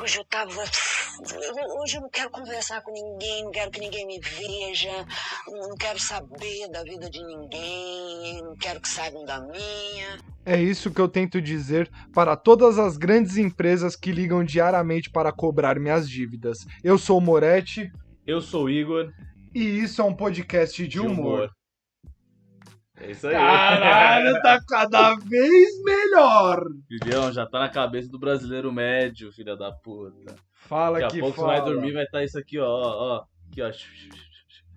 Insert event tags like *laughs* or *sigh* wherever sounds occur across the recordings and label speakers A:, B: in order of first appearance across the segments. A: hoje eu estava. Hoje eu não quero conversar com ninguém, não quero que ninguém me veja, não quero saber da vida de ninguém, não quero que saibam da minha.
B: É isso que eu tento dizer para todas as grandes empresas que ligam diariamente para cobrar minhas dívidas. Eu sou o Moretti
C: Eu sou o Igor.
B: e isso é um podcast de
C: de
B: humor.
C: É isso aí.
B: tá cada vez melhor!
C: *laughs* Filhão, já tá na cabeça do brasileiro médio, filha da puta.
B: Fala
C: Daqui a
B: que
C: pouco
B: fala.
C: você vai dormir vai estar isso aqui, ó, ó. ó. Aqui, ó.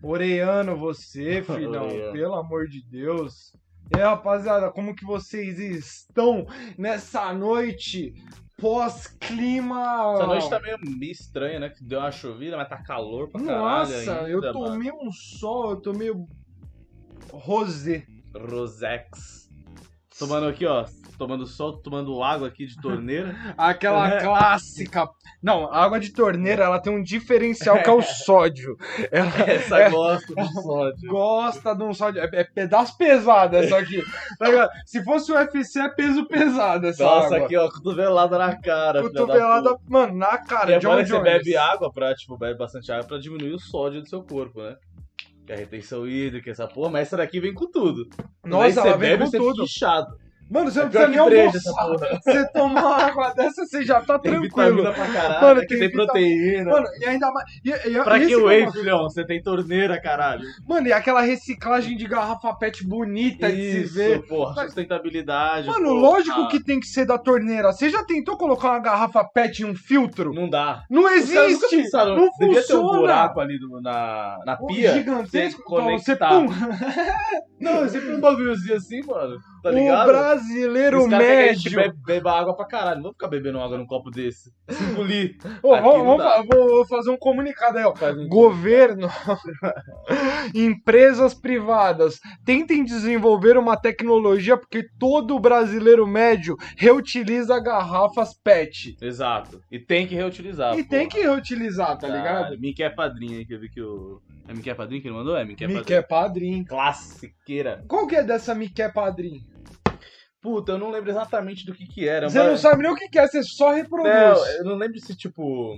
B: Oreano
C: *laughs*
B: você, filhão,
C: Oreano.
B: pelo amor de Deus. E aí, rapaziada, como que vocês estão nessa noite pós-clima?
C: Essa noite tá meio, meio estranha, né? Que deu uma chovida, mas tá calor pra caralho
B: Nossa,
C: ainda,
B: eu
C: mano.
B: tomei um sol, eu tomei rosé.
C: Rosex. Tomando aqui, ó. Tomando sol, tomando água aqui de torneira. *laughs*
B: Aquela
C: É.
B: clássica. Não, a água de torneira, ela tem um diferencial
C: *laughs*
B: que é o sódio. Ela
C: Essa gosto do sódio.
B: gosta de um sódio. É, é pedaço pesado essa aqui. Tá ligado? Se fosse o UFC, é peso pesado *laughs* essa
C: Nossa,
B: água.
C: aqui, ó, cotovelada na cara. filha da puta.
B: Cotovelada, mano, na
C: E
B: cara.
C: é bom
B: John
C: que você
B: Jones.
C: bebe água pra, tipo, bebe bastante água pra diminuir o sódio do seu corpo, né? Que é a retenção hídrica, essa porra, mas essa daqui vem com tudo. Daí
B: Nossa,
C: você
B: ela vem
C: bebe,
B: com
C: você
B: tudo.
C: Fica inchado.
B: Mano, você não
C: É
B: precisa
C: pior
B: nem
C: que breja
B: almoçar.
C: essa porra.
B: Você tomar uma água dessa, você já tá
C: Tem
B: tranquilo.
C: vitamina pra caralho,
B: Mano,
C: que
B: tem
C: tem,
B: vitamina.
C: proteína.
B: Mano, e ainda mais. E, e-
C: pra
B: esse
C: que
B: é
C: o
B: o
C: whey, filhão? Você tem torneira, caralho.
B: Mano, e aquela reciclagem de garrafa pet bonita de se ver.
C: porra,
B: Mas-
C: sustentabilidade.
B: Mano,
C: pô,
B: lógico
C: ah,
B: que tem que ser da torneira. Você já tentou colocar uma garrafa pet em um filtro?
C: Ah, Não dá.
B: Não
C: Os caras nunca
B: existe!
C: pensaram,
B: não
C: devia ter um
B: funciona!
C: buraco ali do- na, na
B: Um
C: pia.
B: gigantesco
C: pra
B: pra você
C: conectar. tá
B: pum,
C: Não, é sempre um bagulhozinho assim, mano. Tá
B: O
C: ligado?
B: um brasileiro
C: Os caras querem que a gente
B: médio.
C: Bebe, beba água pra caralho. Não vou ficar bebendo água num copo desse. Se engolir.
B: Ô,
C: Aqui
B: vamos-
C: não
B: vamos
C: dá.
B: fa- vou, vou fazer um comunicado aí, ó.
C: Faz um-
B: Governo, *laughs* empresas privadas, tentem desenvolver uma tecnologia porque todo brasileiro médio reutiliza garrafas PET.
C: Exato. E tem que
B: e
C: reutilizar. Ah, porra.
B: tem que reutilizar, tá ligado?
C: Caralho, Me quer padrinho aí que eu vi que o. É Me quer padrinho que ele mandou? É, me quer
B: Me
C: padrinho.
B: quer padrinho.
C: Classiqueira.
B: Qual que é dessa me quer padrinho?
C: Puta, eu não lembro exatamente do que que era.
B: Você não
C: mas-
B: sabe nem o que que é, você só
C: Não,
B: reproduz.
C: eu não lembro se, tipo,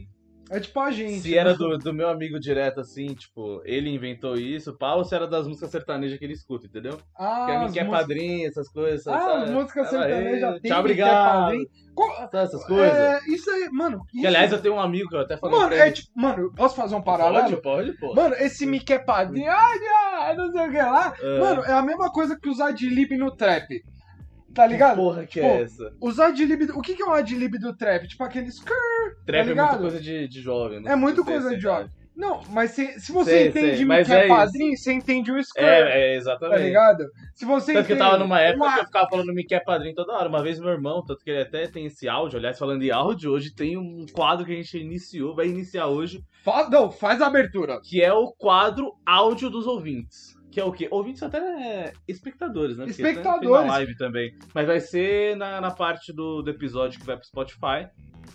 B: É tipo a gente.
C: se era do, do meu amigo direto, assim, tipo, ele inventou isso, pá, ou se era das músicas sertanejas que ele escuta, entendeu?
B: Ah,
C: que a mim
B: as
C: quer
B: músicas-
C: padrinho, essas coisas.
B: Ah, as
C: sabe?
B: músicas
C: Ela,
B: sertanejas tem me
C: "Ei, Tchau,
B: quer
C: obrigado.
B: padrinho. Co-
C: Sabe essas coisas?
B: É, isso aí, mano.
C: Que,
B: isso-
C: aliás, eu tenho um amigo que eu até falei
B: Mano,
C: pra ele.
B: é tipo, mano, eu posso fazer um
C: pode,
B: paralelo?
C: pode, pô.
B: Mano, esse me quer padrinho, ai, ai, não sei o que lá.
C: É.
B: Mano, é a mesma coisa que usar adlib no trap. Tá ligado?
C: Que porra que
B: Tipo,
C: é essa?
B: Usar adlib. O que que é um adlib do trap? Tipo aqueles.
C: Trap é
B: ligado?
C: muita coisa de, de jovem. né? não
B: É
C: sei
B: muito
C: se tem
B: coisa
C: essa
B: de
C: idade.
B: jovem. Não, mas se, se você
C: Sei,
B: entende
C: sei,
B: me
C: mas
B: quer
C: é isso.
B: padrinho, você entende o skirt.
C: É, é,
B: Tá
C: exatamente.
B: ligado? Se você
C: Tanto que eu
B: entende
C: tava numa época
B: uma-
C: que eu ficava falando me quer padrinho toda hora. Uma vez meu irmão, tanto que ele até tem esse áudio, aliás, falando de áudio, hoje tem um quadro que a gente iniciou, vai iniciar hoje,
B: Fa- Não, faz a abertura.
C: que é o quadro áudio dos ouvintes. Que é o quê? Ouvintes até é, espectadores, né? Porque até Tem uma
B: Espectadores.
C: live também. Mas vai ser na, na parte do, do episódio que vai pro Spotify,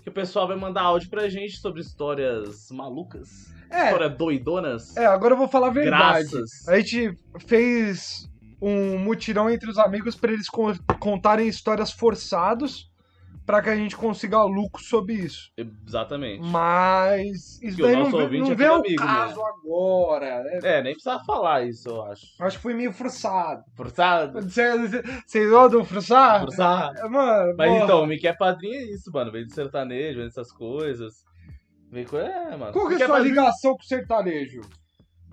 C: que o pessoal vai mandar áudio pra gente sobre histórias malucas.
B: É,
C: História doidonas.
B: é, agora eu vou falar a verdade.
C: graças.
B: A gente fez um mutirão entre os amigos pra eles con- contarem histórias forçados pra que a gente consiga lucro sobre isso.
C: Exatamente.
B: Mas isso
C: Que o
B: daí não,
C: nosso
B: vem-
C: ouvinte
B: não
C: é
B: vem
C: tudo
B: ao
C: amigo
B: caso agora. né?
C: É, nem precisava falar isso, eu acho.
B: Acho que foi meio forçado.
C: Forçado.
B: Vocês odam frustrar?
C: Forçado.
B: Mano,
C: Mas
B: porra.
C: então, o Mickey é padrinho é isso, mano. Vem de sertanejo, vem dessas coisas. Vem com... É, mano.
B: Qual que é
C: Mickey
B: a sua
C: padrinho-
B: ligação com o sertanejo?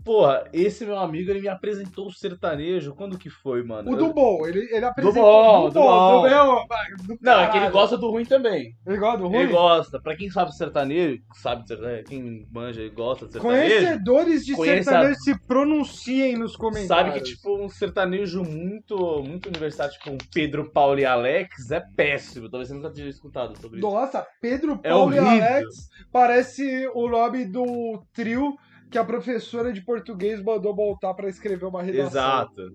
C: Porra, esse meu amigo, ele me apresentou o sertanejo. Quando que foi, mano?
B: O
C: Eu-
B: do bom, ele, ele apresentou.
C: bom, do bom.
B: do meu, vai, do
C: Não, é que ele
B: caralho.
C: gosta do ruim também.
B: Ele gosta do ruim?
C: Ele gosta. Pra quem sabe sertanejo, sabe sertanejo, quem manja e gosta de sertanejo,
B: Conhecedores de
C: Conhece-
B: sertanejo se pronunciem nos comentários.
C: sabe que, tipo, um sertanejo muito, muito universitário, tipo um Pedro Paulo e Alex, é péssimo. Talvez você nunca tenha escutado sobre isso.
B: Nossa, Pedro
C: É
B: Paulo e
C: horrível.
B: Alex parece o nome do trio que a professora de português mandou voltar pra escrever uma redação.
C: Exato.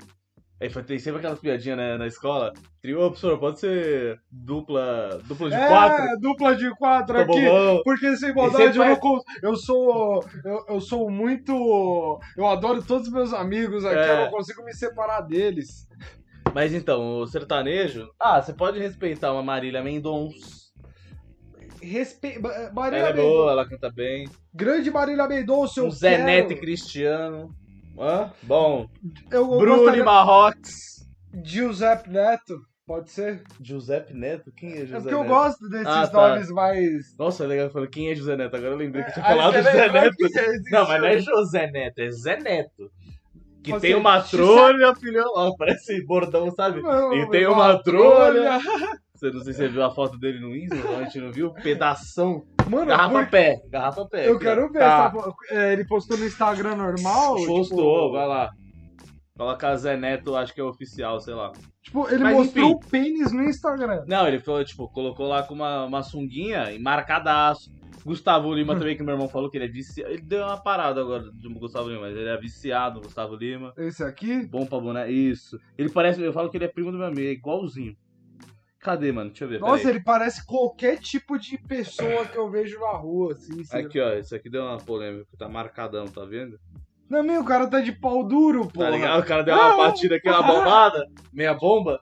C: Aí foi- tem sempre aquelas piadinhas né, na escola. Trio, ô, professor, pode ser dupla, dupla de
B: é,
C: quatro?
B: dupla de quatro
C: Tá bom,
B: aqui.
C: bom.
B: Porque sem
C: E
B: igualdade
C: você
B: eu não
C: vai-
B: cons... eu sou eu, eu sou muito eu adoro todos os meus amigos aqui,
C: É.
B: eu não consigo me separar deles.
C: Mas então, o sertanejo. Ah, você pode respeitar uma Marília Mendonça.
B: Respe... Ba- Marília
C: Ela é
B: Mendonça.
C: boa, ela canta bem.
B: Grande Marília Mendonça, eu
C: Um Zé
B: quero.
C: Neto e Cristiano. Hã? Bom.
B: Eu, eu
C: Bruni
B: gostaria-
C: Marrox.
B: Giuseppe Neto, pode ser?
C: Giuseppe Neto? Quem é José
B: é porque eu
C: Neto?
B: gosto desses
C: Ah, tá.
B: nomes mais...
C: Nossa, é legal falou quem é José Neto. Agora eu lembrei que eu tinha
B: Aí
C: falado
B: você
C: José
B: lembra
C: Neto.
B: que já existiu.
C: Não, mas não é José Neto, é Zé Neto. Que
B: Você-
C: tem uma trolha, filhão. Ó, parece bordão, sabe?
B: Não, é
C: E tem uma trolha. Você não sei se você viu a foto dele no Insta, a gente não viu. Pedação.
B: Mano,
C: Garrafa
B: por-
C: pé. Garrafa pé.
B: eu
C: aqui, ó.
B: quero ver.
C: Tá.
B: essa fo- é, ele postou no Instagram normal?
C: Postou,
B: tipo-
C: vai lá. Coloca Zé Neto, acho que é oficial, sei lá.
B: Tipo, ele
C: Mas,
B: mostrou
C: enfim.
B: o pênis no Instagram.
C: Não, ele falou, tipo, colocou lá com uma, uma sunguinha e marcadaço. Gustavo
B: Hum.
C: Lima também, que meu irmão falou que ele é viciado. Ele deu uma parada agora do Gustavo Lima, mas ele é viciado, Gustavo Lima.
B: Esse aqui.
C: Bom pra boné, isso. Ele parece, eu falo que ele é primo do meu amigo, é igualzinho. Cadê, mano? Deixa eu ver.
B: Nossa,
C: peraí.
B: ele parece qualquer tipo de pessoa que eu vejo na rua, assim. sei lá.
C: Aqui, ó, isso aqui deu uma polêmica, tá marcadão, tá vendo?
B: Não, meu, o cara tá de pau duro, pô.
C: Tá ligado? O cara deu uma batida aqui,
B: *laughs*
C: uma bombada, meia bomba.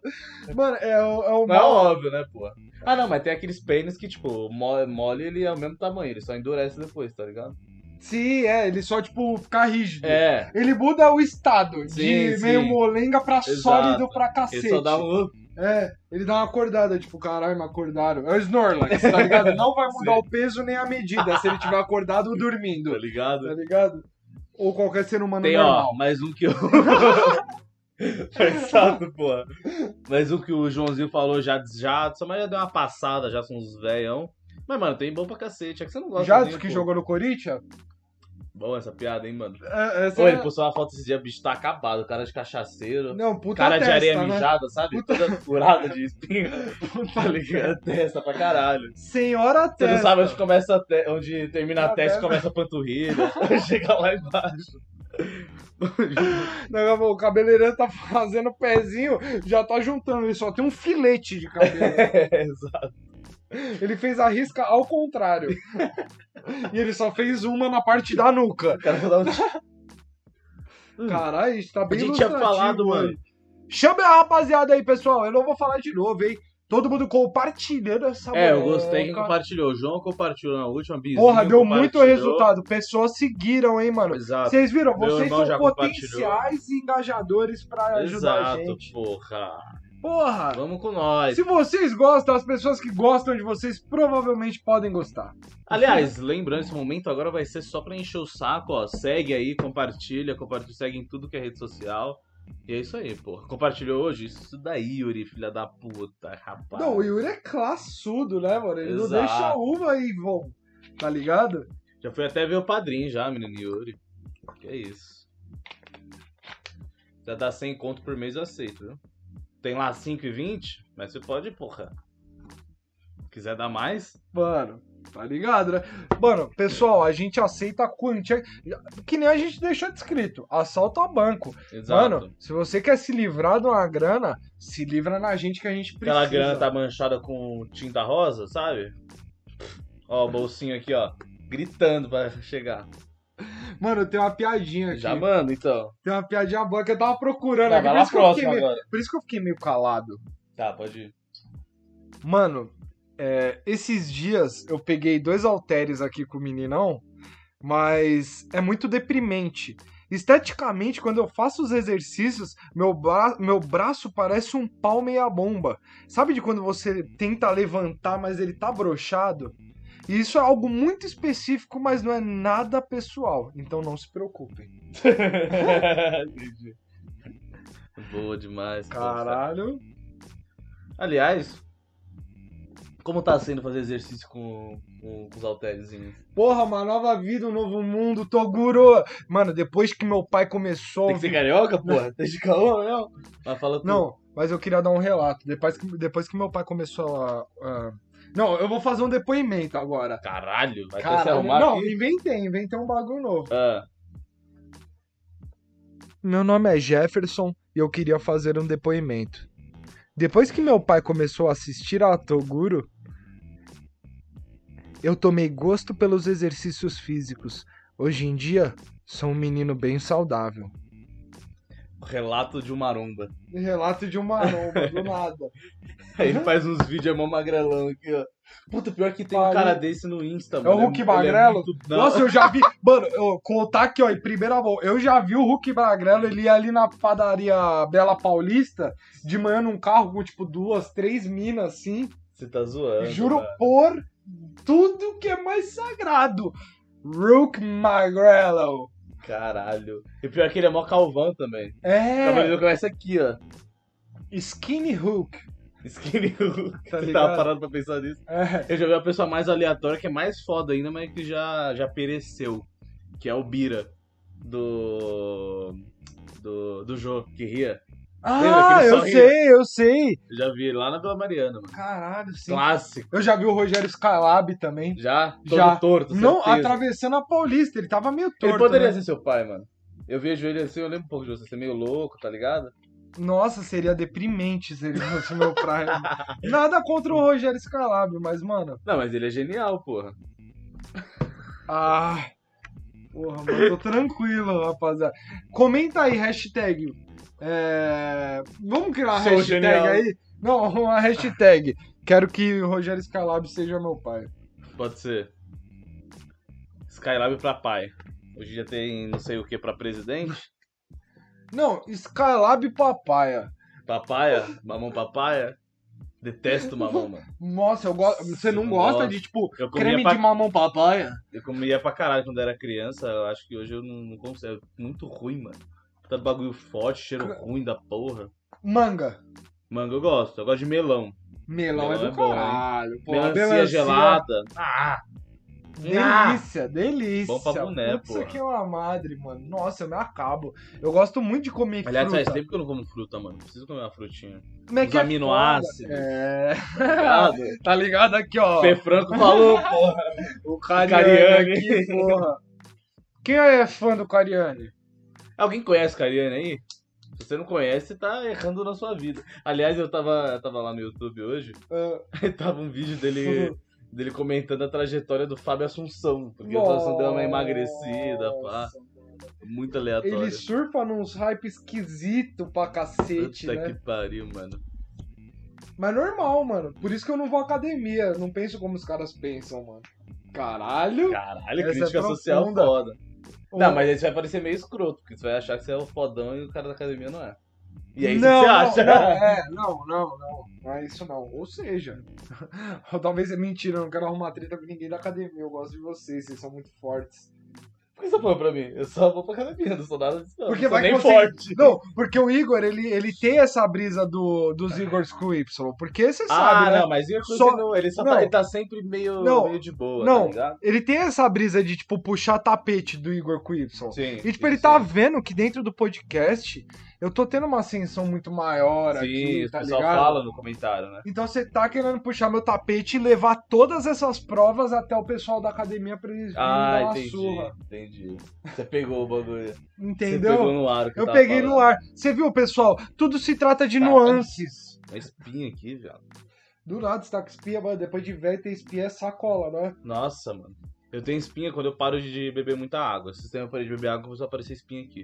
B: Mano, é, o- é o
C: Não é
B: mal.
C: óbvio, né, porra? Ah, não, mas tem aqueles pênis que, tipo, mo- mole ele é o mesmo tamanho, ele só endurece depois, tá ligado?
B: Sim, é, ele só, tipo, fica rígido.
C: É,
B: Ele muda o estado de
C: Sim, sim.
B: meio molenga pra
C: Exato.
B: sólido pra
C: ele
B: cacete.
C: só dá um.
B: É, ele dá uma acordada, tipo, caralho, me acordaram. É o Snorlax, tá ligado? Não vai mudar
C: Sim.
B: o peso nem a medida se ele tiver acordado ou
C: Tá
B: dormindo,
C: ligado?
B: tá ligado? Ou qualquer ser humano
C: Tem,
B: é normal.
C: ó, mais um
B: *laughs*
C: que eu. Exato, porra. Mais um que o Joãozinho falou já, já, só mas já deu uma passada, já são uns velhão. Mas, mano, tem bom pra cacete. É que você não gosta
B: Já
C: nem,
B: que
C: pô.
B: jogou no Corinthians?
C: Bom essa piada, hein, mano.
B: É, essa
C: Pô,
B: é-
C: ele postou uma foto esse dia, o bicho tá acabado, cara de cachaceiro.
B: Não, puta
C: cara de
B: testa,
C: areia
B: né?
C: mijada,
B: *laughs*
C: sabe? Toda furada de espinho. Tá ligado? Testa pra caralho.
B: Senhora
C: Você
B: testa.
C: não sabe onde começa a te- onde termina a
B: Tá
C: testa e
B: vendo?
C: começa
B: *laughs*
C: a panturrilha. *laughs* Chega lá embaixo.
B: Não, meu, o cabeleireiro tá fazendo pezinho, já tá juntando, ele só tem um filete de
C: *laughs*
B: cabelo.
C: É, exato.
B: ele fez a risca ao contrário. e ele só fez uma na parte da nuca.
C: O cara vai dar um
B: Caralho, isso tá
C: Hum. A
B: bem
C: gente tinha
B: ilustrativo,
C: falado, mano.
B: hein? Chame a rapaziada aí, pessoal. Eu não vou falar de novo, hein? Todo mundo compartilhando essa
C: É, eu
B: boneca.
C: gostei que compartilhou. O João compartilhou na última, Bizinho
B: Porra, deu muito
C: compartilhou.
B: resultado. Pessoas seguiram, hein, mano.
C: Exato.
B: Vocês viram?
C: Meu
B: Vocês
C: irmão
B: são
C: já compartilhou.
B: potenciais engajadores pra ajudar a
C: Exato,
B: gente.
C: porra.
B: Porra!
C: Vamos com nós.
B: Se vocês gostam, as pessoas que gostam de vocês provavelmente podem gostar.
C: Aliás, lembrando, esse momento agora vai ser só pra encher o saco, ó. Segue aí, compartilha, compartilha, segue em tudo que é rede social. E é isso aí, porra. Compartilhou hoje? Isso daí, Yuri, filha da puta, rapaz.
B: Não, o Yuri é classudo, né, mano? Ele não
C: Exato.
B: deixa uma e vão. Tá ligado?
C: Já fui até ver o padrinho já, menino Yuri. Que é isso. Já dá 100 conto por mês, eu aceito, viu? Tem lá 5,20, mas você pode, porra. Quiser dar mais?
B: Mano, tá ligado, né? Mano, pessoal, a gente aceita a quantia. Que nem a gente deixou descrito: assalto a banco.
C: Exato.
B: Mano, se você quer se livrar de uma grana, se livra na gente que a gente precisa.
C: Aquela grana tá manchada com tinta rosa, sabe? Ó, o bolsinho aqui, ó. Gritando pra chegar.
B: Mano, tem uma piadinha aqui.
C: Já manda, então.
B: Tem uma piadinha boa que eu tava procurando
C: Tá,
B: aqui.
C: vai
B: Por
C: lá
B: isso, que eu fiquei
C: próximo
B: meio...
C: agora.
B: por isso que eu fiquei meio calado.
C: Tá, pode ir.
B: Mano, é, esses dias eu peguei dois halteres aqui com o meninão, mas é muito deprimente. Esteticamente, quando eu faço os exercícios, meu, bra- meu braço parece um pau meia bomba. Sabe de quando você tenta levantar, mas ele tá brochado? E isso é algo muito específico, mas não é nada pessoal. Então não se preocupem.
C: Entendi. Boa demais. pô.
B: Caralho.
C: Aliás, como tá sendo fazer exercício com, com- com os halterezinhos?
B: Porra, uma nova vida, um novo mundo, Toguro! Mano, depois que meu pai começou a
C: Tem que ser carioca, porra? Tem de caô, não? Mas fala tu.
B: Não, mas eu queria dar um relato. Depois que, depois que meu pai começou a, a- Não, eu vou fazer um depoimento agora.
C: Caralho, vai ter que se
B: Caralho,
C: arrumar
B: não,
C: aqui.
B: inventei, inventei um bagulho novo.
C: Ah,
B: Meu nome é Jefferson e eu queria fazer um depoimento. Depois que meu pai começou a assistir a Toguro, eu tomei gosto pelos exercícios físicos. Hoje em dia, sou um menino bem saudável.
C: relato de um maromba.
B: *laughs* Relato de uma aroma, do nada. Uhum.
C: Aí ele faz uns vídeos, é mó magrelão aqui, ó. Puta, pior que tem um
B: Pariu.
C: cara desse no Insta,
B: É o
C: mano.
B: Hulk
C: ele ele
B: Magrelo?
C: muito- Não,
B: Nossa, eu já vi. Mano, eu contar aqui, ó, em primeira mão. Eu já vi o Hulk Magrelo, ele ia ali na padaria Bela Paulista, de manhã num carro com, tipo, duas, três minas assim.
C: você tá zoando.
B: juro
C: velho.
B: por tudo que é mais sagrado. Hulk Magrelo.
C: Caralho. E pior que ele é mó calvão também. O cabelo
B: É.
C: dele começa aqui, ó.
B: Skinny Hulk.
C: Skinny *laughs* Hulk.
B: Tá
C: Você
B: ligado?
C: tava parado pra pensar nisso.
B: É.
C: Eu já vi a pessoa mais aleatória, que é mais foda ainda, mas que já, já pereceu. Que é o Bira. Do. Do, do Jô, que ria. Lembra
B: Ah,
C: aquele
B: eu
C: sorriso?
B: sei, eu sei.
C: Eu já vi ele lá na Vila Mariana, mano.
B: Caralho, sim.
C: Clássico.
B: Eu já vi o Rogério Scalab também.
C: Já? Todo
B: Já.
C: torto,
B: Não,
C: certeza.
B: atravessando a Paulista, ele tava meio torto.
C: Ele poderia
B: né?
C: ser seu pai, mano. Eu vejo ele assim, eu lembro um pouco de você, você é meio louco, tá ligado?
B: Nossa, seria deprimente se ele fosse meu pai. Nada contra o Rogério Scalab, mas, mano.
C: Não, mas ele é genial, porra.
B: Ah. Porra, mano, tô tranquilo, rapaziada. Comenta aí, hashtag. É, Vamos criar uma
C: Sou
B: hashtag
C: genial.
B: aí? Não, uma hashtag. Quero que o Rogério Scalab seja meu pai.
C: Pode ser. Skylab pra pai. Hoje já tem não sei o que pra presidente.
B: Não, Scalab papaya.
C: Papaya, mamão papaya. Detesto mamão, mano.
B: Nossa, eu gosto. Você não gosta
C: Nossa.
B: de, tipo,
C: Eu comia
B: creme
C: pra-
B: de mamão papaya?
C: Eu comia pra caralho quando era criança, eu acho que hoje eu não, não consigo. É muito ruim, mano. Tá bagulho forte, cheiro ruim da porra.
B: Manga.
C: Manga eu gosto, eu gosto de melão.
B: Melão,
C: Melão
B: é
C: é
B: do
C: bom, hein?
B: caralho. Pô,
C: melancia, gelada. Ah! Ah!
B: Delícia, delícia.
C: Bom pra boné,
B: Putz, Isso
C: porra.
B: aqui é uma madre, mano. Nossa, eu me acabo. Eu gosto muito de comer
C: Aliás,
B: fruta.
C: faz tempo que eu não como fruta, mano. Preciso comer uma frutinha.
B: Como é
C: Os
B: que é
C: aminoácidos.
B: foda? É,
C: Obrigado.
B: *laughs* tá ligado aqui, ó.
C: Fê Franco falou, porra.
B: O
C: Cariani.
B: aqui, porra. Quem é fã do Cariani?
C: Alguém conhece Cariane aí? Se você não conhece, você tá errando na sua vida. Aliás, eu tava, eu tava lá no YouTube hoje *laughs*
B: Ah,
C: e tava um vídeo
B: *laughs*
C: dele, dele comentando a trajetória do Fábio Assunção. Porque o
B: nossa.
C: Assunção deu uma emagrecida, pá. Muito aleatório.
B: Ele surfa num hype esquisito pra cacete,
C: Puta
B: né?
C: que pariu, mano.
B: Mas normal, mano. Por isso que eu não vou à academia. Não penso como os caras pensam, mano. Caralho.
C: Caralho,
B: Essa é
C: crítica social
B: profunda.
C: foda. Não, mas aí você vai parecer meio escroto, porque você vai achar que você é o fodão e o cara da academia não é. E aí o que
B: não,
C: você
B: não,
C: acha?
B: Não, é, não, não, não. Não é isso não. Ou seja, *laughs* ou talvez é mentira, eu não quero arrumar treta com ninguém da academia. Eu gosto de vocês, vocês são muito fortes.
C: Por que você falou pra mim? Eu só vou pra academia, não sou nada disso. não.
B: Porque
C: não sou
B: vai
C: nem
B: que você-
C: forte.
B: Não, porque o Igor, ele, ele tem essa brisa do, dos Igors com Y. Porque você
C: É. Ah,
B: sabe, né?
C: não, mas e o
B: Só-
C: Cruzeiro não, ele só
B: não.
C: Tá, ele tá sempre meio,
B: Não.
C: meio de boa,
B: Não.
C: tá ligado?
B: Ele tem essa brisa de, tipo, puxar tapete do Igor com Y.
C: Sim.
B: E, tipo, ele tá vendo que dentro do podcast eu tô tendo uma ascensão muito maior
C: Sim,
B: aqui,
C: o
B: tá
C: pessoal
B: ligado?
C: fala no comentário, né?
B: Então você tá querendo puxar meu tapete e levar todas essas provas até o pessoal da academia pra eles virem
C: Ah,
B: dar uma
C: entendi,
B: surra.
C: entendi. Você pegou o bagulho. Você pegou
B: Entendeu?
C: no ar o que
B: Eu
C: tava
B: peguei
C: falando.
B: no ar. Você viu, pessoal? Tudo se trata de
C: Tá.
B: nuances.
C: Uma espinha aqui, viado.
B: Do nada, você tá com espinha, mano. Depois de velho, ter espinha é sacola, né? *laughs*
C: Nossa, mano. Eu tenho espinha quando eu paro de beber muita água. Esse tempo eu parei de beber água, começou a aparecer espinha aqui.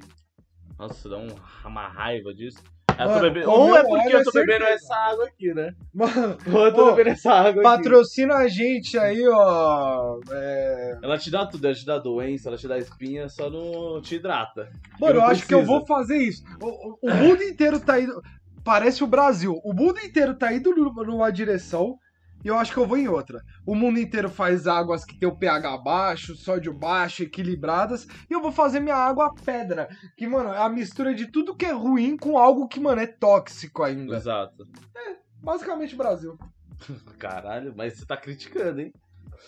C: Nossa, dá um- uma raiva disso. Aí eu tô
B: Mano,
C: bebendo-
B: comeu
C: Ou é
B: óleo,
C: porque eu tô
B: é
C: bebendo
B: certeza.
C: essa água aqui, né?
B: Mano,
C: Ou eu tô
B: *laughs* Ô,
C: bebendo essa água aqui.
B: patrocina a gente aí, ó. É...
C: né? Ela te dá tudo, ela te dá doença, ela te dá espinha, só não te hidrata.
B: Mano, eu
C: não
B: acho que eu
C: precisa.
B: vou fazer isso. O, o- o mundo inteiro tá indo. Parece o Brasil. O mundo inteiro tá indo nu- numa direção e eu acho que eu vou em outra. O mundo inteiro faz águas que tem o pH baixo, sódio baixo, equilibradas. E eu vou fazer minha água pedra. Que, mano, é a mistura de tudo que é ruim com algo que, mano, é tóxico ainda.
C: Exato.
B: Basicamente Brasil.
C: Caralho, mas você tá criticando, hein?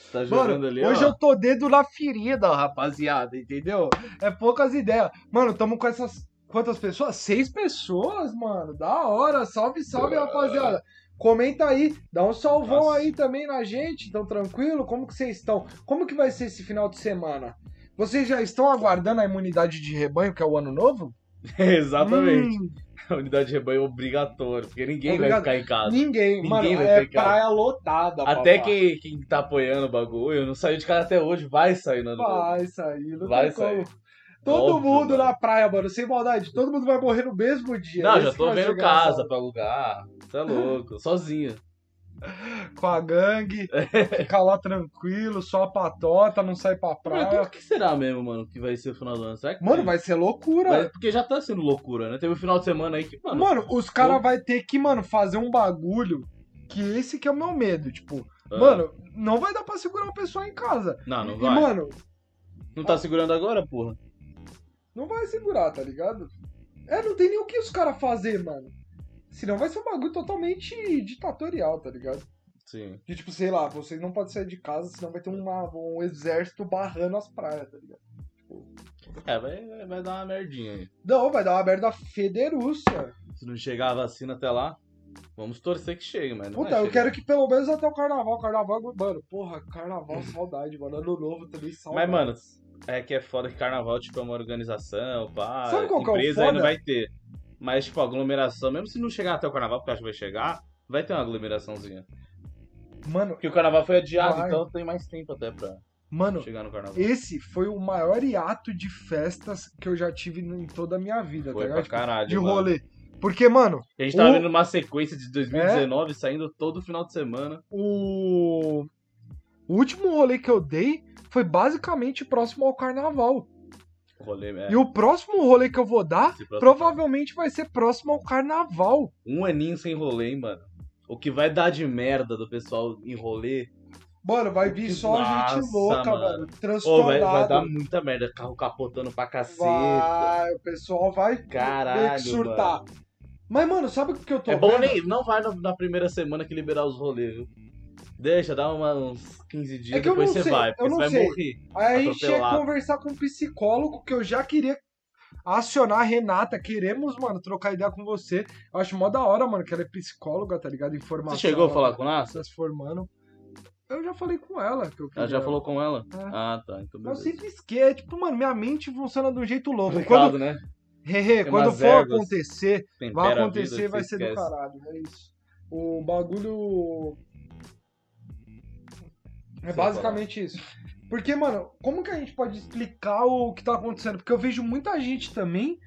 C: Você tá jogando
B: Mano,
C: ali,
B: hoje
C: *laughs* ó.
B: eu tô dedo na ferida, rapaziada, entendeu? É poucas ideias. Mano, tamo com essas. Quantas pessoas? Seis pessoas, mano. Da hora. Salve, salve,
C: Ah.
B: rapaziada. Comenta aí, dá um salvão
C: Nossa.
B: aí também na gente, tão tranquilo? Como que vocês estão? Como que vai ser esse final de semana? Vocês já estão aguardando a imunidade de rebanho, que é o ano novo?
C: Exatamente.
B: Hum,
C: A unidade de rebanho é obrigatória, porque ninguém
B: Obrigado.
C: vai ficar em casa.
B: ninguém,
C: Ninguém
B: mano.
C: vai
B: É
C: pegar.
B: praia lotada,
C: Até
B: papai.
C: quem, quem tá apoiando o bagulho, não saiu de casa até hoje, vai sair né? na
B: Vai sair, não
C: Vai
B: tem como.
C: sair.
B: Todo
C: Óbvio,
B: mundo
C: mano.
B: na praia, mano, sem maldade. Todo mundo vai morrer no mesmo dia.
C: Não,
B: Esse
C: já
B: que
C: tô
B: vai ser
C: vendo
B: engraçado.
C: casa pra alugar. Você é louco, sozinho.
B: com a
C: *laughs*
B: gangue, ficar lá tranquilo, só a patota, não sai pra
C: É. Mas como
B: praia.
C: que será mesmo, mano, que vai ser o final do ano? Será que
B: Mano, vai ser loucura.
C: Mas- Porque já tá sendo loucura, né? Teve um final de semana aí que, mano...
B: Mano, os caras vai ter que, mano, fazer um bagulho que esse que é o meu medo. Tipo,
C: ah,
B: mano, não vai dar pra segurar o pessoal em casa.
C: Não, não
B: e,
C: vai.
B: mano,
C: Não tá segurando agora, porra?
B: não vai segurar, tá ligado? É, não tem nem o que os caras fazer, mano. Senão vai ser um bagulho totalmente ditatorial, tá ligado?
C: Sim.
B: De tipo, sei lá, vocês não podem sair de casa, senão vai ter uma- um exército barrando as praias, tá ligado?
C: É, vai, vai- vai dar uma merdinha aí.
B: Não, vai dar uma merda federúcia.
C: Se não chegar a vacina até lá, vamos torcer que chegue, mas não é
B: Puta,
C: vai
B: eu
C: chegar.
B: quero que pelo menos até o carnaval, carnaval, é mano, porra, carnaval, saudade, mano, ano novo também, saudade.
C: Uhum. Mas, mano, É que é foda que carnaval, tipo, é uma organização, pá.
B: Sabe qual que é o
C: empresa aí não
B: foda?
C: vai ter. Mas, tipo, aglomeração, mesmo se não chegar até o carnaval, porque eu acho que vai chegar, vai ter uma aglomeraçãozinha.
B: Mano,
C: Porque o carnaval foi adiado,
B: Vai.
C: então tem mais tempo até pra
B: mano,
C: chegar no carnaval.
B: esse foi o maior hiato de festas que eu já tive em toda a minha vida,
C: Foi
B: tá
C: pra
B: ligado?
C: caralho.
B: de
C: mano.
B: rolê. Porque, mano,
C: A gente tava
B: O-
C: vendo uma sequência de 2019 saindo todo final de semana.
B: o... o último rolê que eu dei foi basicamente próximo ao carnaval.
C: Rolê, é.
B: E o próximo rolê que eu vou dar
C: Esse próximo-
B: provavelmente vai ser próximo ao carnaval.
C: Um aninho sem rolê, hein, mano. O que vai dar de merda do pessoal em rolê.
B: Mano, vai vir só
C: Nossa,
B: gente louca,
C: mano.
B: mano.
C: Pô, vai,
B: Transtornado.
C: vai dar muita merda. Carro capotando pra caceta.
B: Vai, o pessoal vai
C: Caralho,
B: meio que surtar.
C: mano.
B: Mas, mano, sabe o que eu tô
C: É bom
B: vendo?
C: nem. Não vai na, na primeira semana que liberar os rolês, viu? Deixa, dá uma- uns 15 dias,
B: É que eu
C: depois
B: não
C: você
B: sei,
C: vai,
B: eu
C: porque
B: não
C: você vai
B: sei.
C: morrer.
B: Aí a gente tinha que
C: atropelado.
B: conversar com um psicólogo que eu já queria acionar a Renata. Queremos, mano, trocar ideia com você. Eu acho mó da hora, mano, que ela é psicóloga, tá ligado? Informação.
C: Você chegou a
B: ela
C: falar com ela?
B: Tá se formando. Eu já falei com ela. Que eu
C: Ela
B: queria.
C: já falou com ela?
B: É.
C: Ah, tá.
B: Eu
C: Então beleza.
B: sempre esqueço. Tipo, mano, minha mente funciona de um jeito louco.
C: Complicado, né?
B: Quando, Hehe,
C: Tem
B: quando
C: umas
B: for
C: ervas.
B: acontecer,
C: Tempera
B: Vai
C: a vida,
B: acontecer,
C: você
B: vai ser do
C: esquece.
B: caralho, é isso. O bagulho. É
C: Sem
B: basicamente isso. Porque, mano, como que a gente pode explicar o que tá acontecendo? Porque eu vejo muita gente também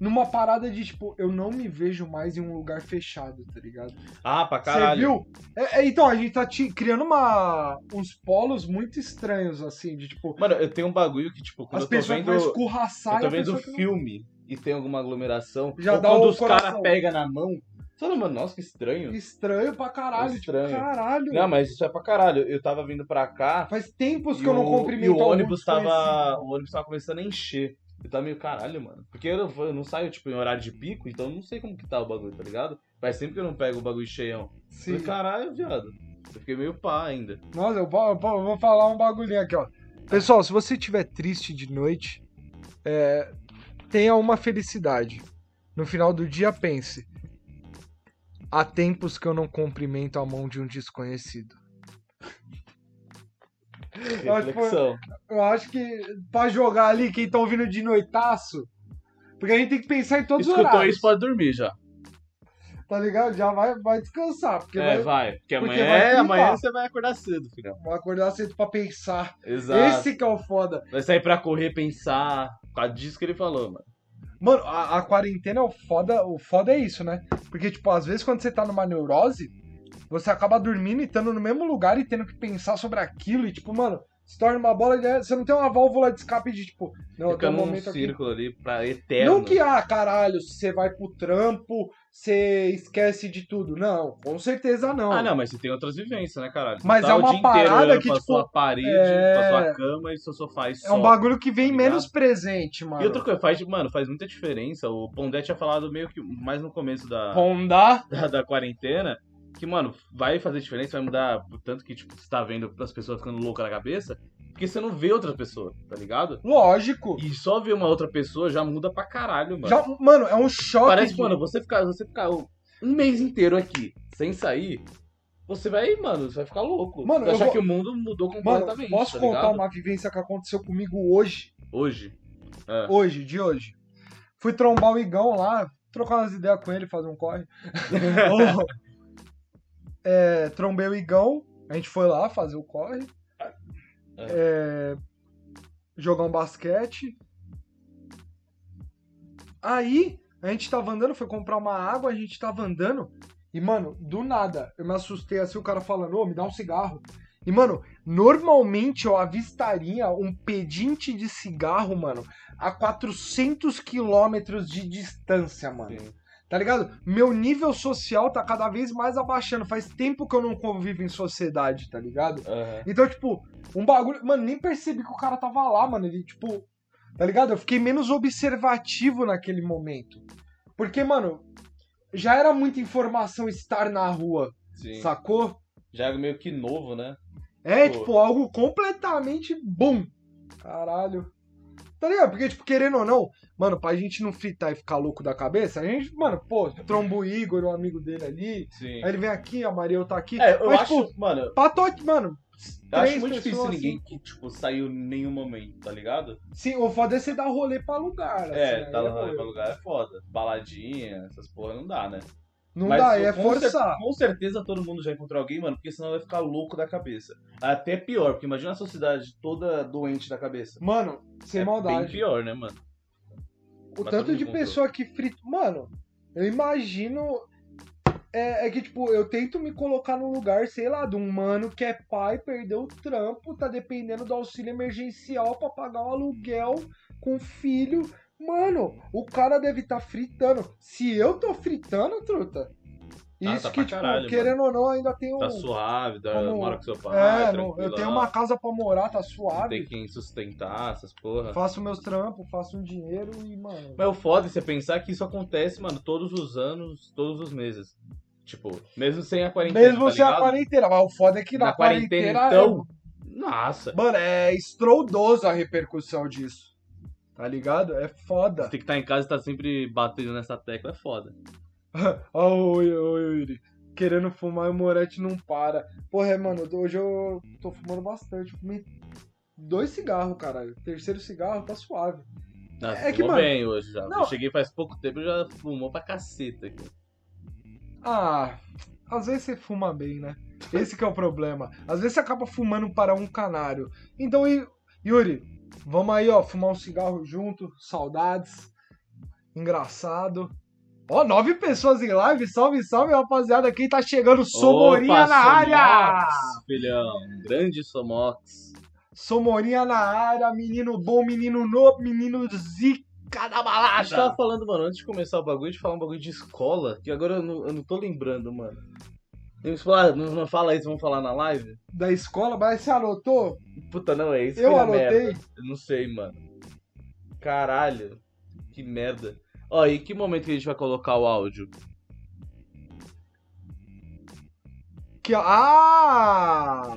B: numa parada de tipo, eu não me vejo mais em um lugar fechado, tá ligado?
C: Ah, pra
B: Você
C: caralho.
B: viu? É, é, então, a gente tá te- criando uma, uns polos muito estranhos, assim, de tipo,
C: Mano, eu tenho um bagulho que, tipo,
B: as
C: quando eu tô
B: pessoas
C: vendo.
B: vão escorraçar
C: Eu
B: e a
C: tô vendo
B: pessoa que não-
C: filme e tem alguma aglomeração.
B: Já
C: ou
B: dá
C: quando
B: o
C: os caras
B: coração.
C: pegam na mão. Você fala, mano, nossa, que estranho.
B: Estranho pra caralho,
C: Estranho.
B: tipo, caralho.
C: Não, mas isso é pra caralho. Eu tava vindo pra cá.
B: Faz tempos que
C: e
B: eu não
C: o-
B: cumprimento
C: E o
B: algum tipo
C: ônibus tava.
B: desconhecido.
C: O ônibus tava começando a encher. Eu tava meio caralho, mano. Porque eu não, eu não saio, tipo, em horário de pico, então eu não sei como que tá o bagulho, tá ligado? Mas sempre que eu não pego o bagulho cheião. Eu
B: Sim.
C: Falei, caralho, viado. Eu fiquei meio pá ainda.
B: Nossa, eu vou, eu vou- eu vou falar um bagulhinho aqui, ó. Pessoal, se você estiver triste de noite, é, tenha uma felicidade. No final do dia, pense. Há tempos que eu não cumprimento a mão de um desconhecido. Mas foi- um
C: Reflexão.
B: Eu acho que pra jogar ali, quem tá ouvindo de noitaço, porque a gente tem que pensar em todos os
C: Escutou
B: horários,
C: isso, pode dormir já.
B: tá ligado? Já vai, vai descansar, porque
C: é,
B: vai,
C: vai. Porque
B: porque
C: amanhã,
B: vai clipar.
C: É, amanhã você vai acordar cedo, filhão.
B: vai acordar cedo pra pensar.
C: Exato.
B: Esse que é o foda.
C: Vai sair pra correr, pensar. Por causa disso que ele falou, mano.
B: Mano, a, a quarentena é o foda, o foda é isso, né? Porque, tipo, às vezes quando você tá numa neurose, você acaba dormindo e estando no mesmo lugar e tendo que pensar sobre aquilo e, tipo, mano, se torna uma bola de... Você não tem uma válvula de escape de, tipo, não,
C: Fica
B: tem um
C: num
B: momento aqui.
C: círculo ali pra eterno.
B: Não que, ah, caralho, você vai pro trampo, você esquece de tudo. Não, com certeza não.
C: Ah, não, mas você tem outras vivências, né, caralho? Você
B: Mas
C: tá
B: é
C: o
B: uma
C: dia inteiro
B: parada
C: olhando
B: que,
C: pra
B: tipo,
C: sua parede,
B: é-
C: pra sua cama e seu sofá e
B: é um
C: só.
B: bagulho que vem
C: tá ligado?
B: menos presente, mano.
C: E outra coisa, faz, mano, faz muita diferença. O Pondé tinha falado meio que mais no começo da,
B: Pondá.
C: da, da quarentena que, mano, vai fazer diferença, vai mudar. Tanto que, tipo, você tá vendo as pessoas ficando loucas na cabeça, porque você não vê outra pessoa, tá ligado?
B: Lógico.
C: E só ver uma outra pessoa já muda pra caralho, mano.
B: Já, mano, é um choque.
C: Parece,
B: de-
C: mano, você ficar, você ficar um mês inteiro aqui sem sair, você vai, mano, você vai ficar louco.
B: Mano,
C: Você vai
B: eu
C: achar
B: vou-
C: que o mundo mudou
B: Mano,
C: completamente.
B: posso
C: tá
B: contar
C: ligado?
B: uma vivência que aconteceu comigo hoje? *laughs*
C: Hoje. É.
B: Hoje, de hoje. Fui trombar o Igão lá, trocar umas ideias com ele, fazer um corre. Ô, Então, é, trombei o Igão, a gente foi lá fazer o corre. É, jogar um basquete. Aí, a gente tava andando, foi comprar uma água, a gente tava andando. E, mano, do nada, eu me assustei assim, o cara falando, ô, me dá um cigarro. E, mano, normalmente eu avistaria um pedinte de cigarro, mano, a 400 quilômetros de distância, mano.
C: Sim.
B: Tá ligado? Meu nível social tá cada vez mais abaixando. Faz tempo que eu não convivo em sociedade, tá ligado?
C: Aham.
B: Então, tipo, um bagulho. Mano, nem percebi que o cara tava lá, mano. Ele, tipo. Tá ligado? Eu fiquei menos observativo naquele momento. Porque, mano, já era muita informação estar na rua,
C: Sim.
B: sacou?
C: Já é meio que novo, né?
B: É,
C: Pô.
B: tipo, algo completamente bom. Caralho. Tá ligado? Porque, tipo, querendo ou não, mano, pra gente não fritar e ficar louco da cabeça, a gente, mano, pô, trombo o Igor, o amigo dele ali.
C: Sim.
B: Aí ele vem aqui, a Mariel tá aqui.
C: É, eu
B: Mas,
C: acho,
B: tipo,
C: mano,
B: patote, mano.
C: eu acho
B: três
C: muito difícil
B: pessoas, assim.
C: ninguém que, tipo, saiu em nenhum momento, tá ligado?
B: Sim, o foda é você dar rolê pra lugar. assim,
C: É,
B: aí
C: tá lá
B: doido.
C: pra lugar é foda. Baladinha, essas porra não dá, né?
B: Não
C: Mas
B: dá,
C: eu-
B: é
C: com
B: forçar.
C: cer- com certeza todo mundo já encontrou alguém, mano, porque senão vai ficar louco da cabeça. Até pior, porque imagina a sociedade toda doente da cabeça.
B: Mano, sem
C: é Bem
B: maldade.
C: pior, né, mano?
B: O
C: Mas
B: tanto
C: todo
B: de
C: mundo.
B: pessoa que frita. Mano, eu imagino. É, é que, tipo, eu tento me colocar no lugar, sei lá, de um mano que é pai, perdeu o trampo, tá dependendo do auxílio emergencial pra pagar o aluguel com filho. Mano, o cara deve estar tá fritando. Se eu tô fritando, truta.
C: Tá,
B: isso
C: tá
B: que,
C: pra
B: tipo,
C: caralho,
B: querendo ou não, ainda tem um.
C: Tá suave, tá,
B: Como-
C: mora com seu pai,
B: é, não,
C: tranquilo. né?
B: eu tenho uma casa pra morar, tá
C: Tem
B: suave.
C: quem sustentar, essas porra.
B: Faço meus trampos, faço um dinheiro e, mano.
C: Mas o foda é você pensar que isso acontece, mano, todos os anos, todos os meses. Tipo, mesmo sem a quarentena.
B: Mesmo
C: tá
B: sem a
C: ligado?
B: quarentena, mas o foda é que na,
C: Na quarentena, então. Nossa.
B: é- Mano, é estrondoso a repercussão disso. Tá ligado? É
C: Você
B: foda.
C: tem que estar em casa e tá sempre batendo nessa tecla, é foda.
B: Ó, o Yuri, ó, o Yuri. Querendo fumar e o Moretti não para. Porra, é, mano, hoje eu tô fumando bastante. Fumei dois cigarros, caralho. Terceiro cigarro tá suave.
C: Não,
B: É
C: é
B: que,
C: que,
B: mano,
C: bem hoje já.
B: não.
C: Eu cheguei faz pouco tempo e já fumou pra caceta aqui.
B: Ah, às vezes você fuma bem, né? Esse que é o problema. Às vezes você acaba fumando para um canário. Então, e- Yuri, vamos aí, ó, fumar um cigarro junto, saudades. Engraçado. Ó, nove pessoas em live, salve, salve, rapaziada. Quem tá chegando, Somorinha
C: Opa,
B: na área!
C: Somox, Filhão, grande Somox.
B: Somorinha na área, menino bom, menino novo, menino zica da
C: A gente
B: balada.
C: Ah, tava falando, mano, antes de começar o bagulho, de falar um bagulho de escola, que agora eu não, eu não tô lembrando, mano. Eles falaram, "Ah, não, não fala isso, vamos falar na live?
B: Da escola, mas você anotou?
C: Puta, não, é isso.
B: Eu
C: foi a
B: anotei.
C: merda. Eu não sei, mano. Caralho, que merda. Ó, e que momento que a gente vai colocar o áudio?
B: Que, ah!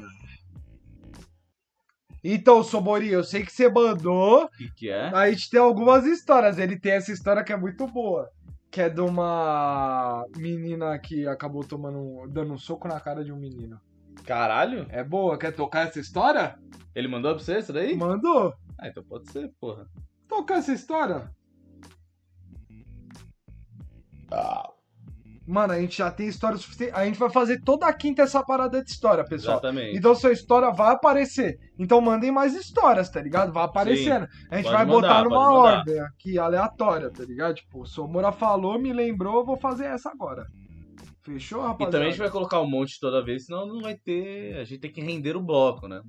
B: Então, Sobori, eu sei que você mandou.
C: O que, que é?
B: A gente tem algumas histórias. Ele tem essa história que é muito boa. Que é de uma menina que acabou tomando um- dando um soco na cara de um menino.
C: Caralho?
B: É boa? Quer tocar essa história?
C: Ele mandou pra você isso daí?
B: Mandou.
C: Ah, então pode ser, porra.
B: Tocar essa história? Mano, a gente já tem história suficiente. A gente vai fazer toda a quinta essa parada de história, pessoal.
C: Exatamente.
B: Então sua história vai aparecer. Então mandem mais histórias, tá ligado? Vai aparecendo. a gente
C: Pode
B: vai
C: mandar,
B: botar
C: pode
B: numa
C: mandar.
B: ordem aqui aleatória, tá ligado? Tipo, o Somora falou, me lembrou, vou fazer essa agora. Fechou,
C: E
B: rapaziada?
C: também a gente vai colocar um monte toda vez, senão não vai ter. A gente tem que render o bloco, né?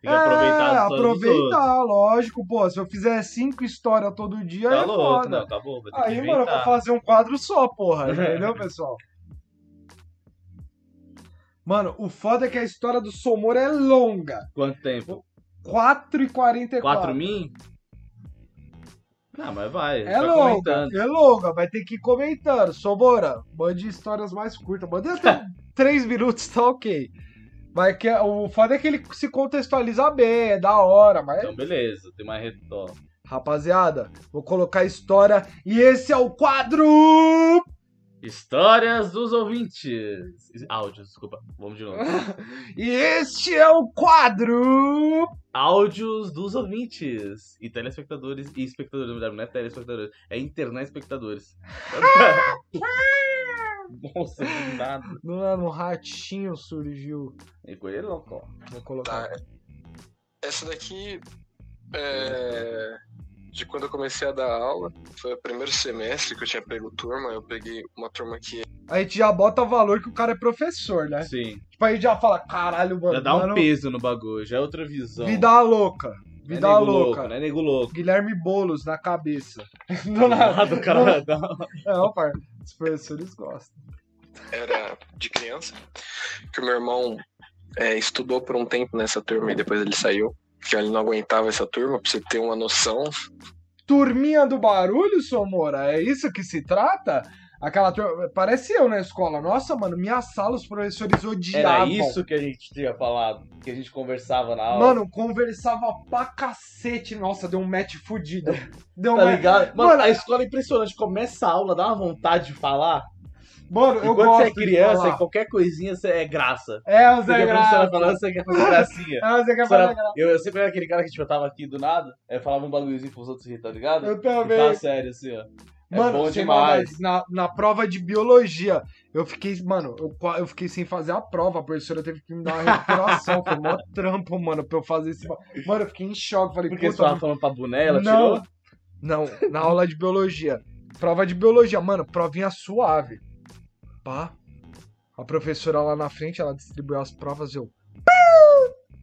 C: Tem que aproveitar
B: é,
C: as histórias dos outros.
B: aproveitar, lógico, pô. Se eu fizer cinco histórias todo dia,
C: Tá
B: é
C: louco,
B: foda.
C: não, tá bom, vai ter que
B: Aí, mano, eu
C: inventar.
B: vou fazer um quadro só,
C: *laughs*
B: porra. Entendeu, pessoal? Mano, o foda é que a história do Somora é longa.
C: Quanto tempo?
B: 4h44.
C: 4 mil? Não, mas vai. a gente
B: É
C: vai
B: longa,
C: tá comentando.
B: é longa, vai ter que ir comentando. Sobora, mande histórias mais curtas. Mande até
C: *laughs*
B: 3 minutos, tá ok. Mas que, o foda é que ele se contextualiza bem, é da hora, mas.
C: Então, beleza, tem mais retorno.
B: Rapaziada, vou colocar a história e esse é o quadro!
C: Histórias dos ouvintes. Áudios, desculpa. Vamos de novo.
B: E este é o quadro!
C: Áudios dos ouvintes. E telespectadores e espectadores. Na verdade, não é telespectadores. É internet espectadores. *laughs* Nossa, do nada.
B: Não é no ratinho surgiu.
C: E com ele, é louco. ó.
B: Vou colocar.
D: Essa daqui é, de quando eu comecei a dar aula. Foi o primeiro semestre que eu tinha pego turma, eu peguei uma turma que
B: A gente já bota valor que o cara é professor, né?
C: Sim.
B: Tipo, aí já fala, caralho, mano.
C: Já dá um
B: mano,
C: peso no bagulho, já é outra visão.
B: Vida louca.
C: Não é
B: Vida
C: nego
B: louca.
C: louco, né? Nego louco.
B: Guilherme Boulos na cabeça. Do nada.
C: do cara dá um- uma-
B: Não, par. Os professores gostam.
D: era de criança, que o meu irmão é, estudou por um tempo nessa turma e depois ele saiu. Que ele não aguentava essa turma, pra você ter uma noção.
B: Turminha do barulho, Somora? É isso que se trata? Aquela turma. Parece eu na escola. Nossa, mano, minha sala os professores
C: Era
B: odiavam.
C: isso que a gente tinha falado, que a gente conversava na aula.
B: Mano, conversava pra cacete. Nossa, deu um match
C: *laughs*
B: fudido. Deu um
C: tá
B: match.
C: ligado? Mano,
B: Mano,
C: a escola é impressionante. Começa a aula, dá uma vontade de falar.
B: Mano, eu
C: Enquanto
B: gosto.
C: você é criança, e
B: de falar.
C: qualquer coisinha você é graça.
B: é, o
C: Você
B: Zé
C: quer a professora
B: Graça.
C: falando, você quer fazer gracinha.
B: Ah, você quer falar
C: Professora,
B: graça.
C: eu, eu sempre era aquele cara que tipo, eu tava aqui do nada, aí eu falava um bagulhozinho pros outros rir, tá ligado?
B: Eu
C: E
B: também.
C: Tava sério, assim, ó. É
B: Mano,
C: bom
B: sem
C: demais.
B: maldade, Na, na prova de biologia, eu fiquei, mano, eu, qua- eu fiquei sem fazer a prova. A professora teve que me dar uma recuperação. foi
C: *laughs*
B: mó trampo, mano, pra eu fazer esse. ba- Mano, eu fiquei em choque. Falei,
C: Porque você
B: puta,
C: tava falando pra boné, ela
B: Não.
C: tirou.
B: não, na aula de biologia. Prova de biologia, mano, provinha suave. Pá. A professora lá na frente, ela distribuiu as provas, eu.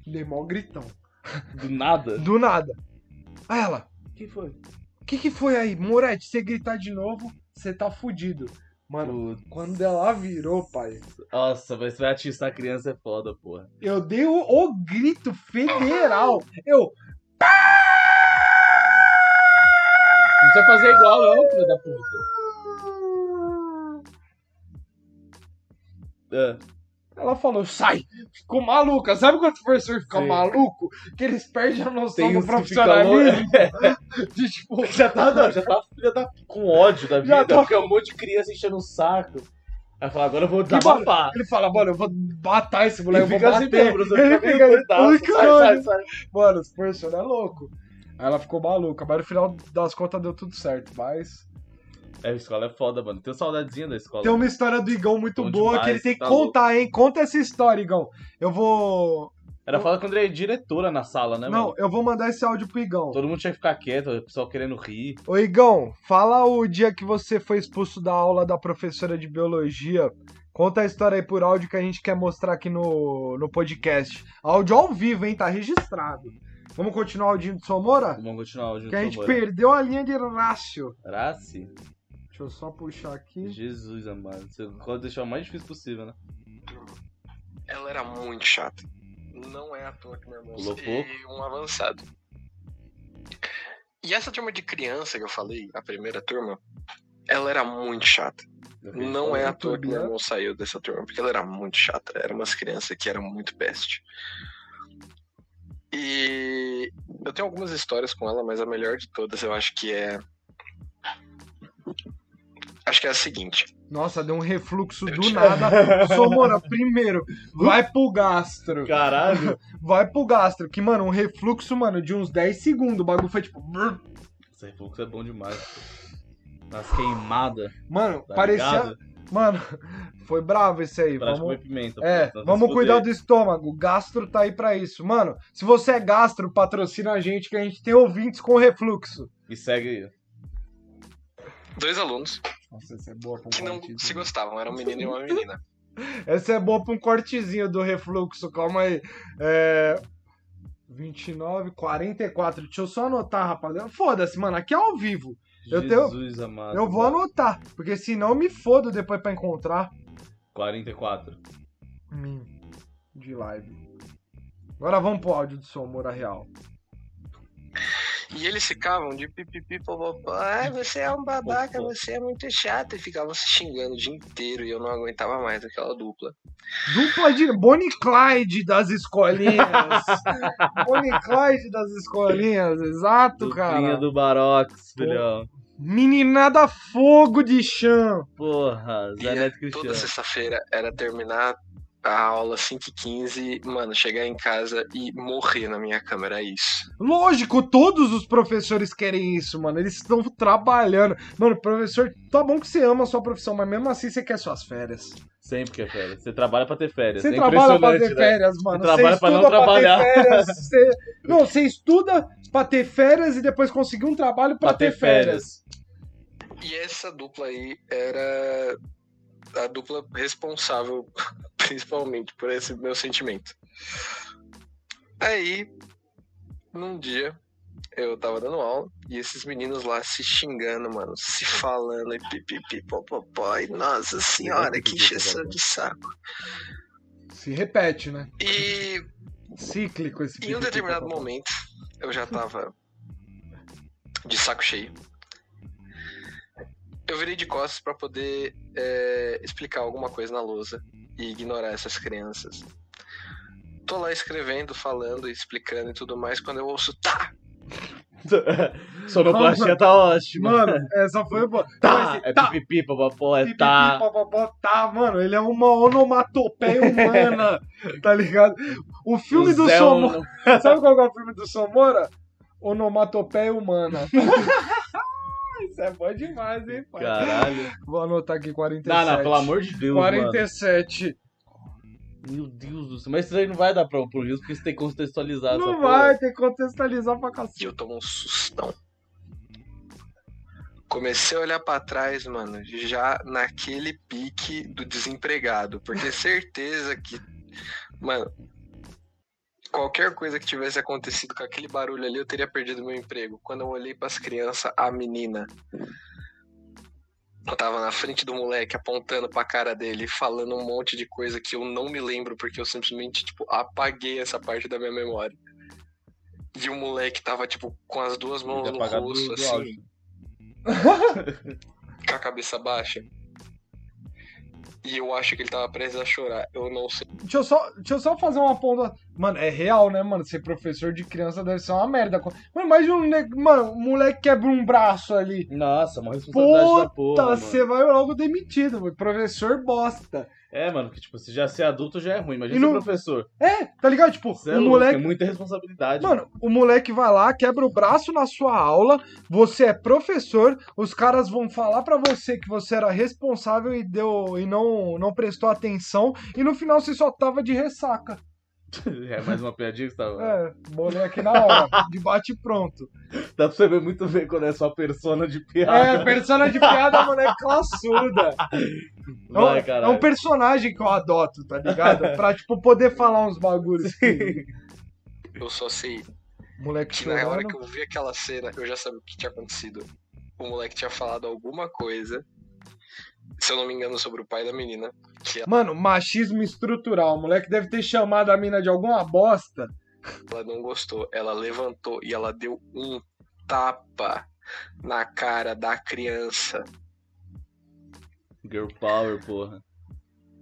B: Dei mó gritão.
C: Do nada.
B: Do nada. Aí ela.
C: que foi?
B: O que, que foi aí? Moretti, você gritar de novo, você tá fudido. Mano,
C: Putz.
B: quando ela virou, pai,
C: Nossa, mas vai atiçar a criança é foda, porra.
B: eu dei o, o grito federal. Eu,
C: Não precisa fazer igual, não, filho da puta. É.
B: ela falou, sai. Ficou maluca. Sabe quando o professor fica
C: Sim.
B: maficam que eles perdem a noção
C: Tem
B: do
C: uns que ficam
B: profissionalismo? *laughs*
C: loucos.
B: De, tipo,
C: Já tá, não, já tá, já tá com ódio da
B: Já
C: vida,
B: tá.
C: porque é um monte de criança enchendo o saco. Aí fala, agora eu vou desabafar.
B: ele fala, mano, eu vou matar esse
C: E
B: moleque, eu vou
C: fica assim
B: bater.
C: mesmo, você
B: ele
C: fica meio
B: fica,
C: doidado.
B: Ai,
C: Sai, sai,
B: caralho.
C: sai.
B: Mano, esse professor é louco. Aí ela ficou maluca, mas no final das contas deu tudo certo, mas...
C: É, a escola é foda, mano. Tenho saudadezinha da escola.
B: Tem um uma história do Igão muito
C: Bom
B: boa
C: demais,
B: que ele tem que
C: tá
B: contar, hein? Conta essa história, Igão. Eu vou.
C: Era falar quando ele é diretora na sala, né,
B: Não,
C: mano?
B: eu vou mandar esse áudio pro Igão.
C: Todo mundo tinha que ficar quieto, o pessoal querendo rir.
B: Ô, Igão, fala o dia que você foi expulso da aula da professora de biologia. Conta a história aí por áudio que a gente quer mostrar aqui no, no podcast. Áudio ao vivo, hein? Tá registrado. Vamos continuar o áudio de Somora?
C: Vamos continuar hoje
B: Que a gente
C: no
B: perdeu a linha de rácio.
C: Raci?
B: Deixa eu só puxar aqui.
C: Jesus amado. Você pode deixar o mais difícil possível, né?
D: turma. Ela era muito chata. Não é à toa que meu irmão
C: Louco.
D: foi um avançado. E essa turma de criança que eu falei, a primeira turma, ela era muito chata. Não
C: assim,
D: é à toa que meu irmão saiu dessa turma, porque ela era muito chata. Era umas crianças que eram muito peste. E eu tenho algumas histórias com ela, mas a melhor de todas eu acho que é. Acho que é a seguinte.
B: Nossa, deu um refluxo
C: *laughs*
D: Eu
B: do
D: te-
B: nada. Somora, primeiro, vai pro gastro.
C: Caralho.
B: vai pro gastro. Que, mano, um refluxo, mano, de uns 10 segundos. O bagulho foi tipo. brrr.
C: Esse refluxo é bom demais. Nas queimadas,
B: Mano,
C: tá
B: parecia.
C: ligado?
B: Mano, foi bravo esse aí.
C: Prático
B: Vamos...
C: e pimenta.
B: É,
C: pô, nós
B: vamos
C: responder.
B: cuidar do estômago. O gastro tá aí pra isso. Mano, se você é gastro, patrocina a gente que a gente tem ouvintes com refluxo.
C: E segue aí.
D: Dois alunos
B: Nossa, essa é boa pra um
D: que não
B: cortezinho.
D: se gostavam, era um menino e uma menina.
B: Essa é boa pra um cortezinho do refluxo. Calma aí. É. 29, 44. Deixa eu só anotar, rapaziada. Foda-se, mano. Aqui é ao vivo. Eu tenho-
C: Jesus amado.
B: Eu vou anotar, porque senão eu me fodo depois pra encontrar
C: 44.
B: mim de live. Agora vamos pro áudio do seu amor a real.
D: E eles ficavam de pipipi, popopó, ai, você é um babaca,
C: Popopó.
D: você é muito chato. E ficavam se xingando o dia inteiro e eu não aguentava mais aquela dupla.
B: Dupla de Bonnie e Clyde das
C: *laughs*
B: escolinhas. Bonnie e Clyde das escolinhas, exato,
C: Duplinha
B: cara.
C: do Barox, filhão.
B: Meninada fogo de chão.
C: Porra, Zé
D: E
C: Neto
D: Toda
C: Cristiano.
D: sexta-feira era terminar a aula 5h15, mano, chegar em casa e morrer na minha câmera, é isso.
B: Lógico, todos os professores querem isso, mano. Eles estão trabalhando. Mano, professor, tá bom que você ama a sua profissão, mas mesmo assim você quer suas férias.
C: Sempre que é férias. Você trabalha pra ter férias.
B: Você
C: é
B: trabalha pra ter
C: impressionante, né?
B: férias, mano.
C: *laughs* Você trabalha pra não
B: estuda ter
C: trabalhar.
B: férias, você- Não, você estuda pra ter férias e depois conseguir um trabalho pra, ter, férias. *laughs*
D: E essa dupla aí era a dupla responsável *laughs* principalmente por esse meu sentimento. Aí, num dia, eu tava dando aula e esses meninos lá se xingando, mano, se falando e pipipi, popopó, e nossa senhora, que encheção de saco.
B: Se repete, né?
D: E
B: Cíclico esse tipo
D: Em um
B: pique-pique,
D: determinado
B: papapá.
D: momento, eu já tava de saco cheio. Eu virei de costas pra poder é, explicar alguma coisa na lousa e ignorar essas crianças. Tô lá escrevendo, falando, explicando e tudo mais, quando eu ouço, tá!
C: Sonoplastia tá ótima.
B: Mano, essa foi boa.
C: tá,
B: Mas,
C: é
B: tá,
C: pipipi, papapó, é
B: pipi,
C: tá.
B: papapó, tá, mano, ele é uma onomatopeia
C: *laughs*
B: humana, tá ligado? O filme
C: O
B: do
C: Zé é um
B: Somora.
C: Ono-
B: *laughs* Sabe qual que é o filme do Somora? Onomatopeia
C: *laughs*
B: humana. *laughs* Isso é bom demais, hein, pai? *laughs*
C: Caralho.
B: Vou anotar aqui 47.
C: Não, não, pelo amor de Deus, mano.
B: 47.
C: Meu Deus do céu. Mas isso aí não vai dar pra pro Rios, porque você tem que contextualizar essa
B: Não
C: porra.
B: vai, tem que contextualizar pra
D: E eu
B: cacete.
D: tomo um sustão. Comecei a olhar pra trás, mano, já naquele pique do desempregado, porque certeza que, mano, qualquer coisa que tivesse acontecido com aquele barulho ali, eu teria perdido meu emprego. Quando eu olhei pras crianças, a menina eu tava na frente do moleque, apontando pra cara dele, falando um monte de coisa que eu não me lembro, porque eu simplesmente, tipo, apaguei essa parte da minha memória. E o moleque tava, tipo, com as duas mãos
C: Tem que
D: no
C: apagar do-
D: rosto,
C: do
D: assim,
C: áudio.
D: *laughs* com a cabeça baixa. E eu acho que ele tava prestes a chorar. Eu não sei.
B: Deixa eu, só, deixa eu só fazer uma ponta. Mano, é real, né, mano? Ser professor de criança deve ser uma merda. Mano, imagina um, ne... mano, um moleque quebra um braço ali.
C: Nossa, uma responsabilidade da porra,
B: Tá,
C: mano.
B: você vai logo demitido, mano. Professor bosta.
C: É, mano, que tipo, se já ser adulto já é ruim. Imagina
B: E
C: ser
B: não-
C: professor.
B: É, tá ligado? Tipo,
C: Você é
B: o
C: louco,
B: moleque.
C: é muita responsabilidade.
B: Mano, o moleque vai lá, quebra o braço na sua aula, você é professor, os caras vão falar pra você que você era responsável e deu e não não prestou atenção e no final você só tava de ressaca.
C: *laughs* É mais uma piadinha que você tava.
B: É, bolei aqui na hora, de bate pronto.
C: Dá pra você ver muito bem quando é só persona de piada.
B: É, persona de piada, mano, é classuda. É um-
C: Vai,
B: é
C: caralho.
B: um personagem que eu adoto, tá
C: *laughs*
B: ligado? Pra, tipo, poder falar uns bagulhos. que-
D: Eu só sei
B: Moleque
C: Tipo,
D: que
C: é
D: na hora Tipo, que
B: chorando.
D: eu vi aquela cena, eu já sabia o que tinha acontecido. O moleque tinha falado alguma coisa, se eu não me engano, sobre o pai da menina.
B: Mano, machismo estrutural. O moleque deve ter chamado a mina de alguma bosta.
D: Ela não gostou. Ela levantou e ela deu um tapa na cara da criança.
C: Girl power, porra.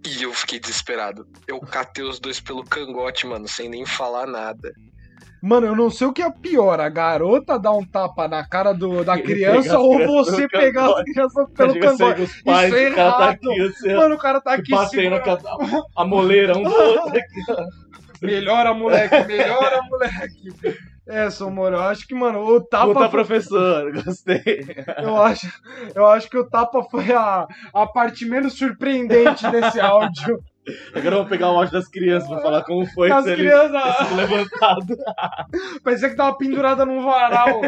D: E eu fiquei desesperado. Eu catei os dois pelo cangote, mano, sem nem falar nada.
B: Mano, eu não sei o que é pior, a garota dar um tapa na cara do, da
C: Ele
B: criança
C: pegar as
B: ou
C: crianças
B: você
C: pelo
B: pegar as
C: cangote.
B: crianças pelo
C: Chega a
B: cangote.
C: sair com assim, os pais,
B: Isso é
C: o cara tá
B: errado.
C: aqui, assim, ó,
B: Mano, o cara tá aqui
C: batendo
B: segurando.
C: a, a moleira um
B: *laughs*
C: do outro aqui.
B: Melhora, moleque, melhora, moleque. É, Somoro, eu acho que, mano, o tapa.
C: Puta
B: foi-
C: professor, *laughs* gostei.
B: eu, acho, eu acho que o tapa foi a, a parte menos surpreendente desse áudio.
C: Agora eu vou pegar o áudio das crianças pra falar como *laughs* foi
B: As
C: se ele
B: crianças.
C: se levantado.
B: Parecia que tava pendurada num
C: *laughs*
B: varal.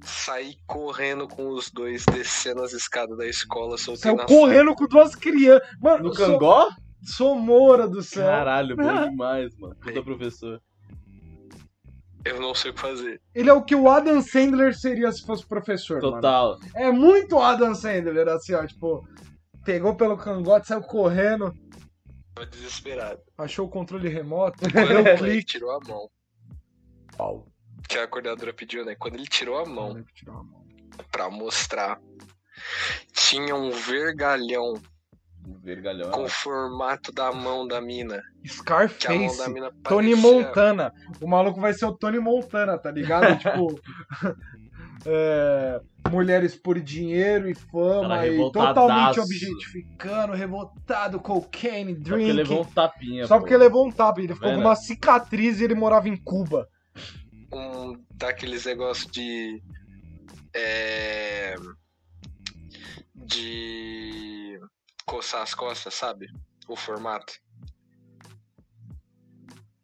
D: Saí correndo com os dois, descendo as escadas da escola, soltei
B: Saiu
D: na
B: correndo com duas crianças. Mano,
C: No
B: so-
C: cangó?
B: Somoro do céu. *laughs*
C: Caralho, bom demais, mano. Puta professor.
D: Eu não sei o que fazer.
B: Ele é o que o Adam Sandler seria se fosse professor, mano.
C: Total.
B: É muito Adam Sandler, assim, ó, tipo, pegou pelo cangote, saiu correndo,
D: Tava desesperado.
B: achou o controle
C: *laughs*
B: remoto,
D: Quando
B: deu um *laughs*
D: o moleque
B: clique.
D: tirou a mão, que a coordenadora pediu, né? Quando ele tirou a mão
B: Caralho, que tirou a mão.
D: pra mostrar, tinha um vergalhão
C: Vergalhão.
D: com o formato da mão da mina. Que a mão da
B: Scarface,
D: mina
B: Tony
D: parecia-
B: Montana. O maluco vai ser o Tony Montana, tá ligado? tipo. é, mulheres por dinheiro e fama,
C: Cara,
B: e
C: revoltadaço.
B: totalmente objetificando, revoltado, cocaine,
C: Só porque
B: drink.
C: levou um tapinha.
B: Só
C: pô.
B: porque levou um tapa, ele ficou
C: Vendo?
B: com uma cicatriz e ele morava em Cuba.
D: um daqueles negócios de. É, de. coçar as costas, sabe? O formato.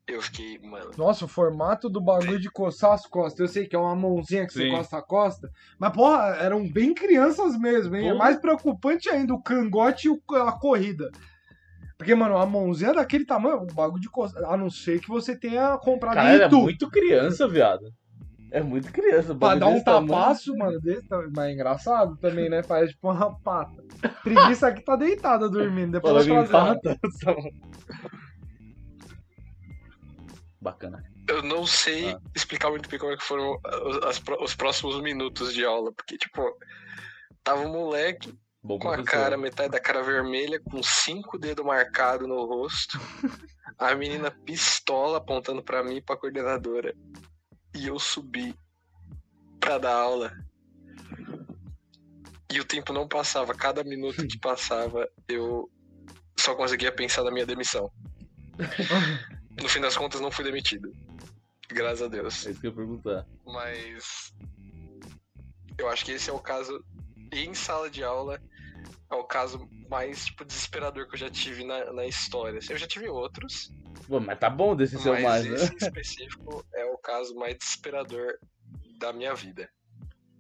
D: Eu fiquei, mano.
B: Nossa, o formato do bagulho de coçar as costas. Eu sei que é uma mãozinha que você
C: Sim.
B: costa a costa. Mas, porra, eram bem crianças mesmo, hein? É
C: Porra.
B: mais preocupante ainda o cangote e o- a corrida. Porque, mano, a mãozinha é daquele tamanho, o bagulho de coçar. A não ser que você tenha comprado
C: Cara,
B: em
C: era
B: YouTube.
C: é muito criança, viado. É muito
B: Pra
C: criança. bagulho
B: dar um
C: desse tamanho.
B: tapaço, mano, desse tamanho. Mas é engraçado também, né? Parece tipo uma pata. Preguiça aqui tá deitada dormindo. Depois
C: Falando
B: ela Tá fala.
C: em pata. *laughs* só- Bacana.
D: Eu não sei
C: Ah.
D: explicar muito bem como é que foram as- as pró- os próximos minutos de aula, porque, tipo, tava um moleque
C: Bom
D: com a
C: professor.
D: cara, metade da cara vermelha, com cinco dedos marcados no rosto, a menina pistola apontando pra mim, e pra coordenadora, e eu subi pra dar aula. E o tempo não passava, cada minuto que passava, eu só conseguia pensar na minha demissão. No fim das contas, não fui demitido. Graças a Deus.
C: É isso que eu ia perguntar.
D: Mas eu acho que esse é o caso em sala de aula é o caso mais tipo desesperador que eu já tive na, na história. assim. Eu já tive outros,
C: Pô, mas tá bom desse seu
D: mas
C: mais, né?
D: esse em específico é o caso mais desesperador da minha vida.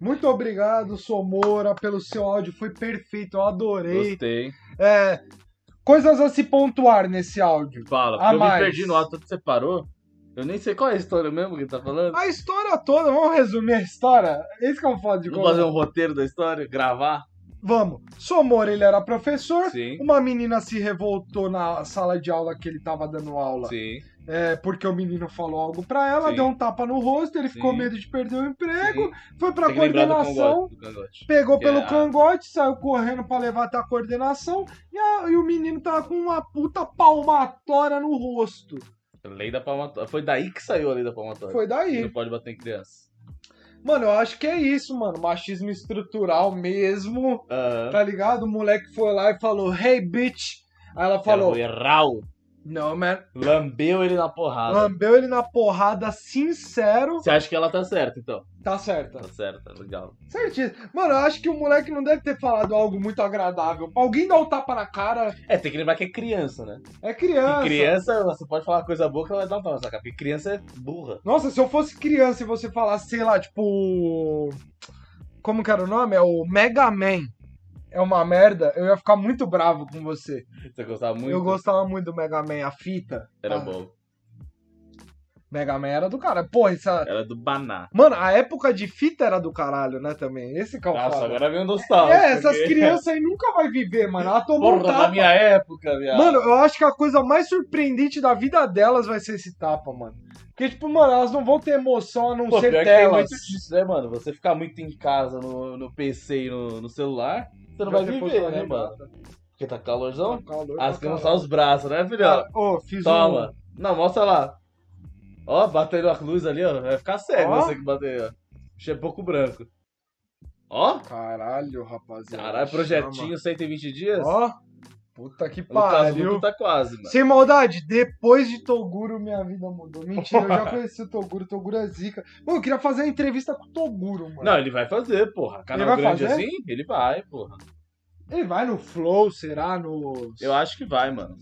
B: Muito obrigado, Somora, pelo seu áudio. Foi perfeito, eu adorei.
C: Gostei.
B: É, coisas a se pontuar nesse áudio.
C: Fala,
B: A
C: porque eu
B: mais.
C: me perdi no ato que você parou. Eu nem sei qual é a história mesmo que tá falando.
B: A história toda, vamos resumir a história? Esse que é o foda de
C: Vamos fazer
B: contar.
C: um roteiro da história? Gravar?
B: Vamos. Somora, ele era professor.
C: Sim.
B: Uma menina se revoltou na sala de aula que ele tava dando aula.
C: Sim.
B: É, porque o menino falou algo pra ela,
C: Sim.
B: deu um tapa no rosto, ele ficou
C: Sim.
B: medo de perder o emprego,
C: sim.
B: foi pra
C: Tem que lembrar do
B: coordenação,
C: cangote, do cangote.
B: Pegou
C: Que
B: pelo
C: é a-
B: cangote, saiu correndo pra levar até a coordenação e, a- e o menino tava com uma puta palmatória no rosto.
C: Lei da palmatória. Foi daí que saiu a lei da palmatória.
B: Foi daí.
C: Não pode bater em criança.
B: Mano, eu acho que é isso, mano. Machismo estrutural mesmo,
C: Aham.
B: tá ligado? O moleque foi lá e falou, hey, bitch. Aí ela falou,
C: Ela foi Raul.
B: não, man.
C: Lambeu ele na porrada.
B: Lambeu ele na porrada sincero.
C: Você acha que ela tá certa, então?
B: Tá certa.
C: Tá certa, legal.
B: Certíssimo. Mano, eu acho que o moleque não deve ter falado algo muito agradável. Alguém dá um tapa na cara,
C: É, tem que lembrar que é criança, né?
B: é
C: Que criança, você pode falar coisa boa que ela vai dar um tapa na sua cara. Porque criança é burra.
B: Nossa, se eu fosse criança e você falasse, sei lá, tipo. Como que era o nome? É o Mega Man. É uma merda, eu ia ficar muito bravo com você.
C: Você gostava muito?
B: Eu gostava muito do Mega Man, a fita.
C: Era
B: Ah.
C: bom.
B: Mega Man era do cara. Pô, essa.
C: Era do Baná.
B: Mano, a época de fita era do caralho, né, também? Esse que é o
C: Nossa,
B: foda.
C: agora veio nostálgico.
B: É, essas
C: porque-
B: crianças aí nunca vai viver, mano. Ela tomou um
C: Porra, na
B: tapa.
C: minha época, viado.
B: Mano, eu acho que a coisa mais surpreendente da vida delas vai ser esse tapa, mano. Porque, tipo, mano, elas não vão ter emoção a não
C: Pô,
B: ser
C: pior que tem
B: telas.
C: muito disso, né, mano? Você ficar muito em casa no, no PC e no, no celular, você não
B: Vai
C: vai
B: ter
C: viver,
B: é pouco
C: né, mano?
B: regata.
C: Porque tá calorzão.
B: Tá calor
C: Ah, você
B: pra
C: quer mostrar
B: caralho.
C: os braços, né, filhão?
B: Cara, ô, fiz
C: Toma.
B: um.
C: Não, mostra lá. Ó, batendo a luz ali, ó. Vai ficar cego
B: Ó.
C: você que bater, ó. Achei pouco branco. Ó,
B: Caralho, rapaziada.
C: caralho, projetinho 120 dias.
B: Chama. Ó. Puta que
C: Lucas
B: pariu.
C: Luco tá quase, mano.
B: Sem maldade, depois de Toguro, minha vida mudou. Mentira, eu já
C: *laughs*
B: conheci o Toguro. Toguro é zica. Mano, eu queria fazer uma entrevista com o Toguro, mano.
C: Não, ele vai fazer, porra. Canal
B: vai
C: grande
B: fazer?
C: assim, ele vai, porra.
B: Ele vai no Flow, será? No.
C: Eu acho que vai, mano.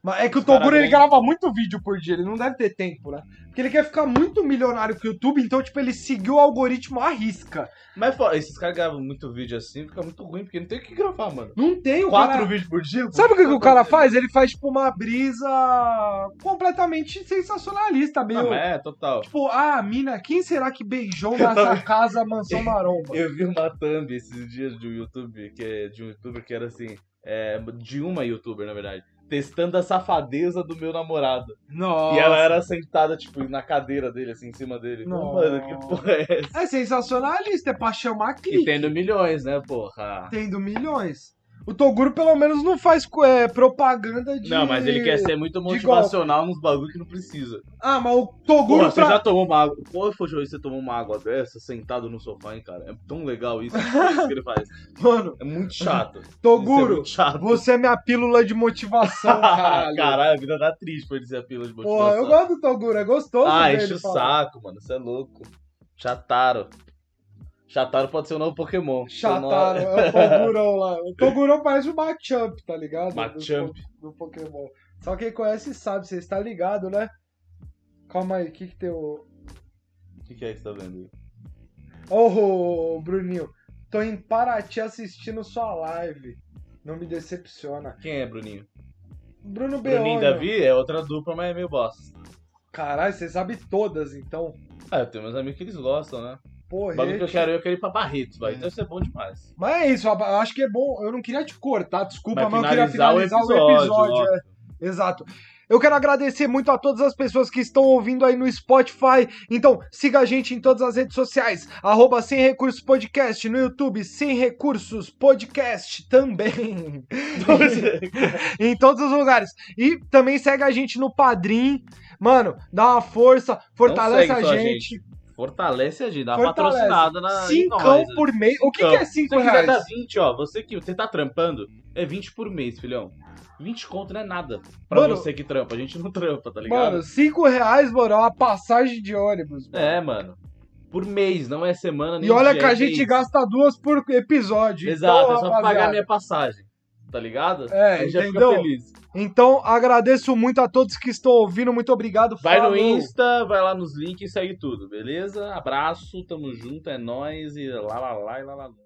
B: Mas é que o
C: Os cara
B: Toguro ele
C: grande.
B: grava muito vídeo por dia, ele não deve ter tempo, né? Porque ele quer ficar muito milionário com o YouTube, então, tipo, ele seguiu o algoritmo à risca.
C: Mas, pô, esses caras gravam muito vídeo assim, fica muito ruim, porque não tem o que gravar, mano.
B: Não tem o
C: Quatro
B: cara...
C: vídeos por dia?
B: Sabe o que, que o cara
C: faz?
B: faz? Ele faz, tipo, uma brisa completamente sensacionalista, meio.
C: Não, é, total.
B: Tipo, ah, mina, quem será que beijou
C: *laughs*
B: nessa casa mansão maromba?
C: Eu vi uma thumb esses dias de um YouTube, que é de um youtuber que era assim, é, de uma youtuber, na verdade, testando a safadeza do meu namorado.
B: Nossa.
C: E ela era sentada, tipo, na cadeira dele, assim, em cima dele.
B: Nossa.
C: Mano, que porra é essa?
B: É sensacionalista, é pra chamar
C: E
B: clique.
C: tendo milhões, né, porra?
B: Tendo milhões. O Toguro, pelo menos, não faz co- é, propaganda de.
C: Não, mas ele quer ser muito
B: golpe.
C: motivacional nos bagulho que não precisa.
B: Ah, mas o Toguro.
C: Porra, você
B: pra-
C: já tomou uma água. Qual foi o jogo que você tomou uma água dessa sentado no sofá, hein, cara? É tão legal isso. É isso que ele faz.
B: Mano,
C: É muito chato. Isso É
B: Toguro,
C: muito chato.
B: você é minha pílula de
C: *laughs*
B: motivação, *laughs* caralho.
C: Caralho, a vida tá da atriz foi dizer a pílula de motivação.
B: Porra, eu gosto do Toguro, é gostoso.
C: Ah,
B: ver
C: enche
B: ele
C: o
B: falar.
C: saco, mano. Você é louco. Chataro. Chataro pode ser o novo Pokémon.
B: Chataro, é o Togurão lá. O Togurão parece o Machamp, tá ligado?
C: Machamp.
B: Do, do Pokémon. Só quem conhece sabe, você está ligado, né? Calma aí, o que, que tem o.
C: O que, que é que você tá vendo aí?
B: Ô, Bruninho, tô em Paraty assistindo sua live. Não me decepciona.
C: Quem é, Bruninho?
B: Bruno
C: Bruninho
B: Beon.
C: e Davi é outra dupla, mas é meio bosta.
B: Caralho, você sabe todas, então.
C: Ah, eu tenho meus amigos que eles gostam, né? O
B: Porra.
C: bagulho que eu quero, eu quero ir pra Barretos,
B: É.
C: vai. Deve ser
B: *laughs*
C: bom demais.
B: Mas é isso, eu acho que é bom. Eu não queria te cortar, desculpa,
C: Vai
B: mas eu queria finalizar o episódio. é.
C: óbvio.
B: Exato. Eu quero agradecer muito a todas as pessoas que estão ouvindo aí no Spotify. Então, siga a gente em todas as redes sociais. Arroba Sem Recursos Podcast no YouTube, Sem Recursos Podcast também. em todos os lugares. E também segue a gente no Padrim. Mano, dá uma força, fortalece
C: segue
B: a
C: só a
B: gente.
C: Fortalece a gente, dá uma
B: Fortalece.
C: patrocinada na. em
B: Cincão
C: nós,
B: por mês. O que,
C: Então,
B: que é cinco
C: Você quiser dar
B: reais?
C: 20, ó. Você que você tá trampando, é 20 por mês, filhão. 20 conto não é nada. Pra
B: Mano-
C: você que trampa, a gente não *laughs* trampa, tá ligado?
B: Mano, cinco reais, mano, é uma passagem de ônibus. mano.
C: É, mano. Por mês, não é semana nem
B: E olha
C: dia,
B: que a
C: é
B: gente
C: mês.
B: gasta duas por episódio.
C: Exato,
B: então,
C: é só pra
B: rapaziada.
C: pagar minha passagem. Tá ligado?
B: É,
C: a gente já
B: entendeu?
C: fica feliz.
B: Então, agradeço muito a todos que estão ouvindo. Muito obrigado.
C: Vai no
B: Falou.
C: Insta, vai lá nos links e segue tudo, beleza? Abraço, tamo junto, é nóis e lá lá lá e lá lá. lá.